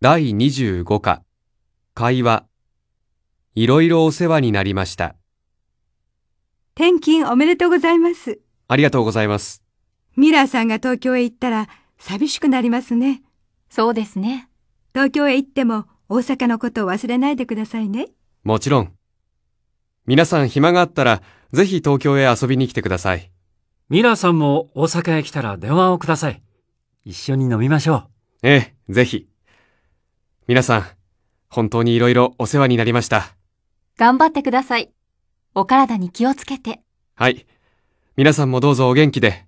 第25課、会話。いろいろお世話になりました。転勤おめでとうございます。ありがとうございます。ミラーさんが東京へ行ったら寂しくなりますね。そうですね。東京へ行っても大阪のことを忘れないでくださいね。もちろん。皆さん暇があったら、ぜひ東京へ遊びに来てください。ミラーさんも大阪へ来たら電話をください。一緒に飲みましょう。ええ、ぜひ。皆さん、本当にいろいろお世話になりました。頑張ってください。お体に気をつけて。はい。皆さんもどうぞお元気で。